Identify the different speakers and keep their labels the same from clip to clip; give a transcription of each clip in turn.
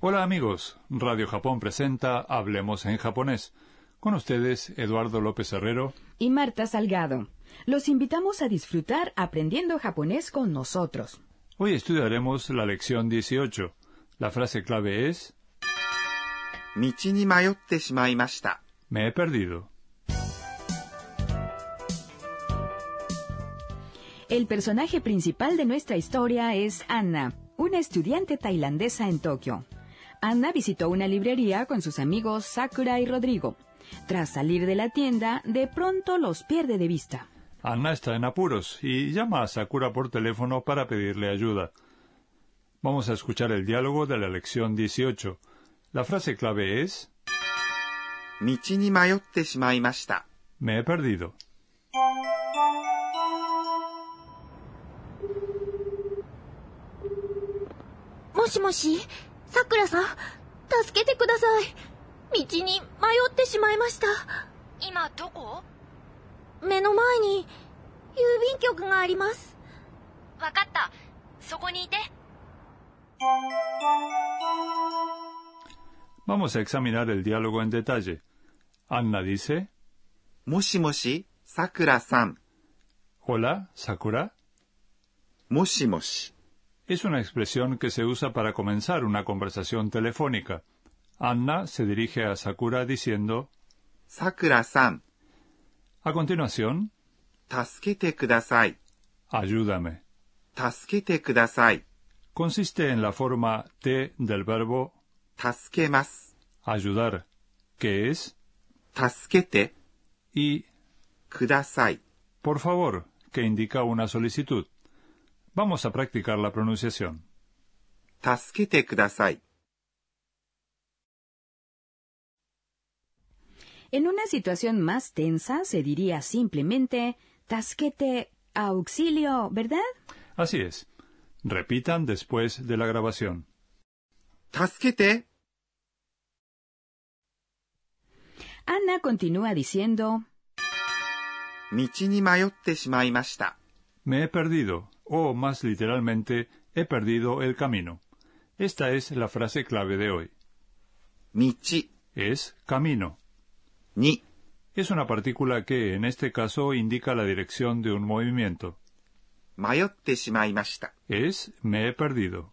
Speaker 1: Hola amigos, Radio Japón presenta Hablemos en japonés. Con ustedes, Eduardo López Herrero.
Speaker 2: y Marta Salgado. Los invitamos a disfrutar aprendiendo japonés con nosotros.
Speaker 1: Hoy estudiaremos la lección 18. La frase clave es
Speaker 3: 道に迷ってしまいました。
Speaker 1: Me he perdido.
Speaker 2: El personaje principal de nuestra historia es Anna, una estudiante tailandesa en Tokio. Anna visitó una librería con sus amigos Sakura y Rodrigo. Tras salir de la tienda, de pronto los pierde de vista.
Speaker 1: Anna está en apuros y llama a Sakura por teléfono para pedirle ayuda. Vamos a escuchar el diálogo de la lección 18. La frase clave es
Speaker 3: 道に迷ってしまいました。
Speaker 1: Me he perdido.
Speaker 4: もしもし、さくらさん、助けてください。道に迷ってしまいました。今どこ目の前に、郵便局があります。わかった。そこにいて。
Speaker 1: Vamos a examinar el diálogo en detalle. Anna dice
Speaker 3: もしもし、さくらさん。
Speaker 1: Hola, Sakura.
Speaker 3: もしもし。
Speaker 1: Es una expresión que se usa para comenzar una conversación telefónica. Anna se dirige a Sakura diciendo
Speaker 3: さくらさん、
Speaker 1: A continuación,
Speaker 3: 助けてください。
Speaker 1: ayúdame.
Speaker 3: 助けてください。
Speaker 1: Consiste en la forma te del verbo
Speaker 3: 助けます。
Speaker 1: ayudar, que es
Speaker 3: 助けて
Speaker 1: y
Speaker 3: ください。
Speaker 1: por favor, que indica una solicitud. Vamos a practicar la pronunciación.
Speaker 3: 助けてください。
Speaker 2: En una situación más tensa se diría simplemente tasquete auxilio, ¿verdad?
Speaker 1: Así es. Repitan después de la grabación.
Speaker 3: 助けて
Speaker 2: Anna continúa diciendo
Speaker 3: 道に迷ってしまいました。
Speaker 1: Me he perdido, o más literalmente, he perdido el camino. Esta es la frase clave de hoy.
Speaker 3: 道
Speaker 1: Es camino.
Speaker 3: に
Speaker 1: Es una partícula que, en este caso, indica la dirección de un movimiento.
Speaker 3: 迷ってしまいました。
Speaker 1: Es me he perdido.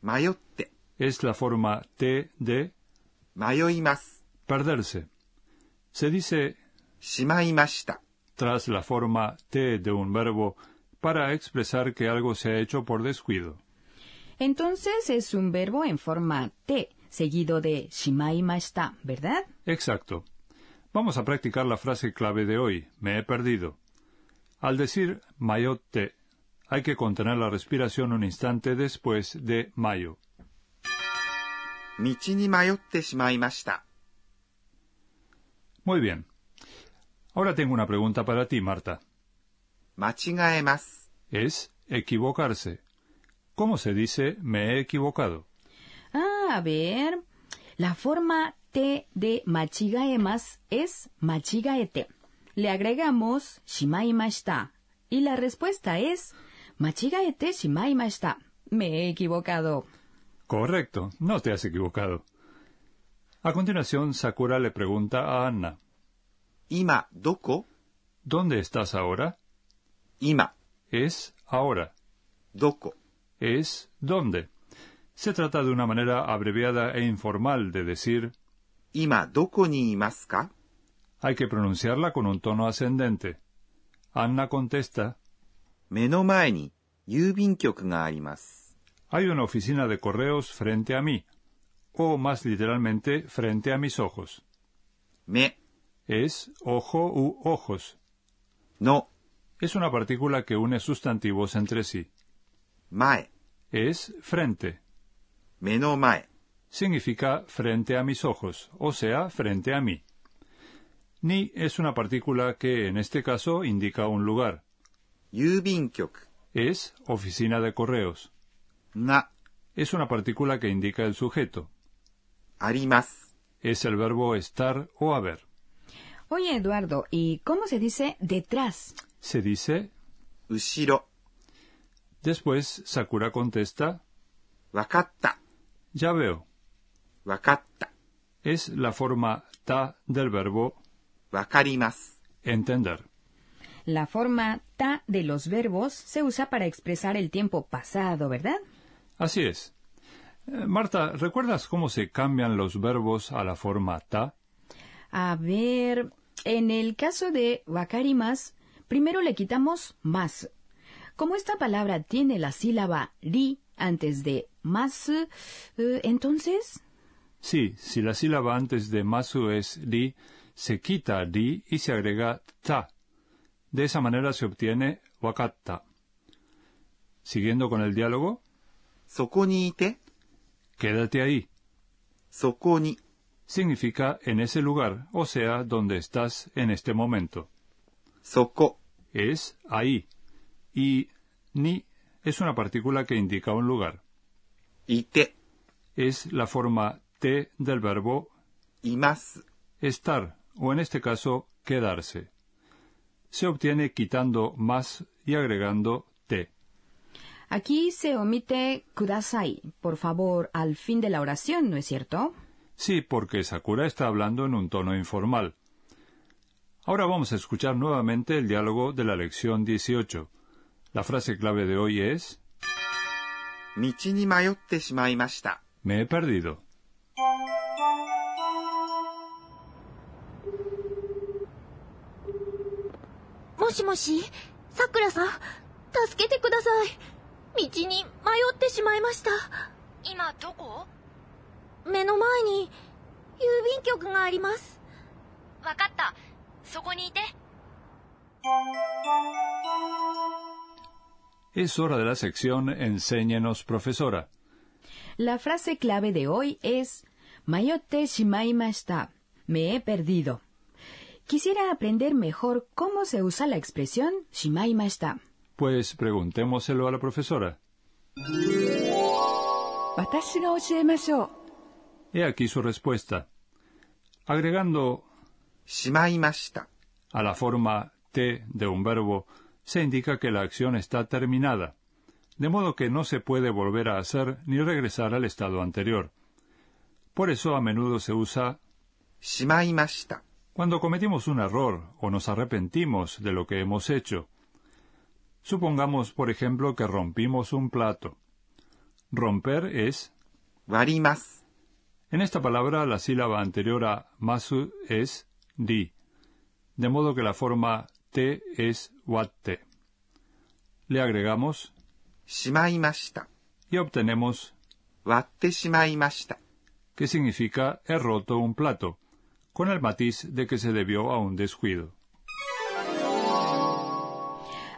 Speaker 3: 迷って、
Speaker 1: Es la forma T de
Speaker 3: 迷います。
Speaker 1: perderse. Se dice
Speaker 3: しまいました。
Speaker 1: tras la forma T de un verbo para expresar que algo se ha hecho por descuido.
Speaker 2: Entonces es un verbo en forma te, seguido de shimaimashita, ¿verdad?
Speaker 1: Exacto. Vamos a practicar la frase clave de hoy. Me he perdido. Al decir mayotte, hay que contener la respiración un instante después de mayo.
Speaker 3: 道に迷ってしまいました。
Speaker 1: Muy bien. Ahora tengo una pregunta para ti, Marta.
Speaker 3: 間違えます。
Speaker 1: Es equivocarse. ¿Cómo se dice me he equivocado?
Speaker 2: Ah, a ver. La forma te de machigaemas es machigaete. Le agregamos shimaimashita. Y la respuesta es machigaete shimaimashita. Me he equivocado.
Speaker 1: Correcto, no te has equivocado. A continuación, Sakura le pregunta a Anna,
Speaker 3: 今、どこ
Speaker 1: ¿Dónde estás ahora?
Speaker 3: 今、
Speaker 1: Es ahora.
Speaker 3: どこ
Speaker 1: es dónde. Se trata de una manera abreviada e informal de decir,
Speaker 3: 今どこにいますか
Speaker 1: hay que pronunciarla con un tono ascendente. Anna contesta,
Speaker 3: 目の前に郵便局があります。
Speaker 1: hay una oficina de correos frente a mí, o más literalmente, frente a mis ojos.
Speaker 3: 目
Speaker 1: Es ojo u ojos.
Speaker 3: の
Speaker 1: Es una partícula que une sustantivos entre sí.
Speaker 3: 前、
Speaker 1: Es frente.
Speaker 3: 目の前、
Speaker 1: significa frente a mis ojos, o sea, frente a mí. Ni es una partícula que en este caso indica un lugar.
Speaker 3: 郵便局
Speaker 1: es oficina de correos.
Speaker 3: が
Speaker 1: Es una partícula que indica el sujeto.
Speaker 3: あります。
Speaker 1: Es el verbo estar o haber.
Speaker 2: Oye, Eduardo, ¿y cómo se dice detrás?
Speaker 1: Se dice,
Speaker 3: 後ろ、
Speaker 1: después Sakura contesta,
Speaker 3: わかった。
Speaker 1: ya veo.
Speaker 3: わかった。
Speaker 1: Es la forma ta del verbo
Speaker 3: わかります。
Speaker 1: entender.
Speaker 2: La forma ta de los verbos se usa para expresar el tiempo pasado, ¿verdad?
Speaker 1: Así es. Eh, Marta, ¿recuerdas cómo se cambian los verbos a la forma ta?
Speaker 2: A ver, en el caso de wakari más, primero le quitamos más. Como esta palabra tiene la sílaba ri antes de más, eh, entonces,
Speaker 1: Sí, si la sílaba antes de masu es di, se quita di y se agrega ta. De esa manera se obtiene wakatta. Siguiendo con el diálogo,
Speaker 3: そこにいて、
Speaker 1: quédate ahí.
Speaker 3: そこに、
Speaker 1: Significa en ese lugar, o sea, donde estás en este momento.
Speaker 3: そこ、
Speaker 1: Es ahí. Y ni es una partícula que indica un lugar.
Speaker 3: いて、
Speaker 1: Es la forma te del verbo
Speaker 3: います。
Speaker 1: estar, o en este caso, quedarse. Se obtiene quitando más y agregando te.
Speaker 2: aquí se omite kudasai, por favor, al fin de la oración, ¿no es cierto?
Speaker 1: Sí, porque Sakura está hablando en un tono informal. Ahora vamos a escuchar nuevamente el diálogo de la lección 18. La frase clave de hoy es
Speaker 3: 道に迷ってしまいました。
Speaker 1: Me he perdido.
Speaker 4: もしもし、さくらさん、助けてください。道に迷ってしまいました。今どこ目の前に郵便局があります。わかった。そこにいて。
Speaker 1: Es hora de la sección Enséñenos, profesora.
Speaker 2: La frase clave de hoy es Mayote shimaimashita. Me he perdido. Quisiera aprender mejor cómo se usa la expresión shimaimashita.
Speaker 1: Pues preguntémoselo a la profesora. He aquí su respuesta. Agregando
Speaker 3: しまいました。
Speaker 1: a la forma te de un verbo, se indica que la acción está terminada, de modo que no se puede volver a hacer ni regresar al estado anterior. Por eso a menudo se usa
Speaker 3: しまいました。
Speaker 1: cuando cometimos un error o nos arrepentimos de lo que hemos hecho. Supongamos, por ejemplo, que rompimos un plato. Romper es,
Speaker 3: 割ります。
Speaker 1: en esta palabra la sílaba anterior a masu es di, de modo que la forma te es watte. Le agregamos
Speaker 3: しまいました。
Speaker 1: y obtenemos
Speaker 3: 割ってしまいました。
Speaker 1: que significa he roto un plato, con el matiz de que se debió a un descuido.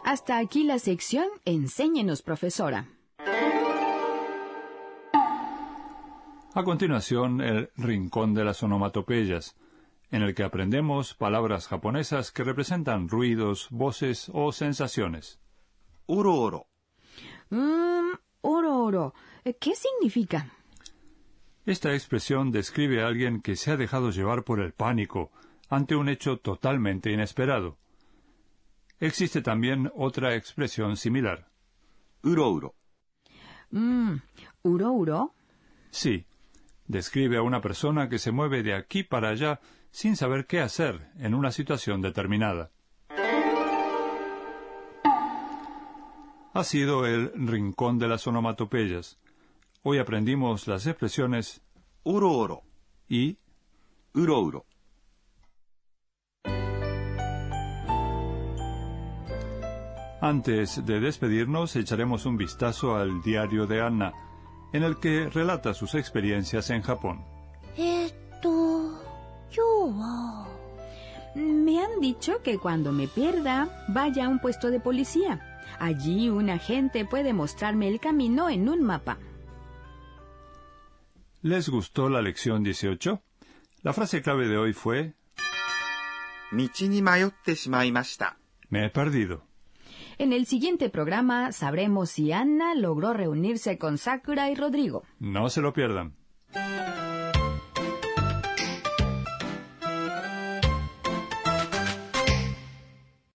Speaker 2: Hasta aquí la sección Enséñenos, profesora.
Speaker 1: A continuación, el Rincón de las Onomatopeyas, en el que aprendemos palabras japonesas que representan ruidos, voces o sensaciones.
Speaker 3: おろおろ、
Speaker 2: Mmm, oro, oro. ¿Qué significa?
Speaker 1: Esta expresión describe a alguien que se ha dejado llevar por el pánico ante un hecho totalmente inesperado. Existe también otra expresión similar.
Speaker 3: うろうろ、
Speaker 2: Mmm, uro, uro.
Speaker 1: Sí, describe a una persona que se mueve de aquí para allá sin saber qué hacer en una situación determinada. Ha sido el rincón de las onomatopeyas. Hoy aprendimos las expresiones
Speaker 3: おろおろ、
Speaker 1: y
Speaker 3: うろうろ。
Speaker 1: Antes de despedirnos, echaremos un vistazo al diario de Anna, en el que relata sus experiencias en Japón.
Speaker 4: えー、っと、今日は、
Speaker 2: Me han dicho que cuando me pierda, vaya a un puesto de policía. Allí un agente puede mostrarme el camino en un mapa.
Speaker 1: ¿Les gustó la lección 18? La frase clave de hoy fue
Speaker 3: 道に迷ってしまいました。
Speaker 1: Me he perdido.
Speaker 2: En el siguiente programa sabremos si Anna logró reunirse con Sakura y Rodrigo.
Speaker 1: No se lo pierdan.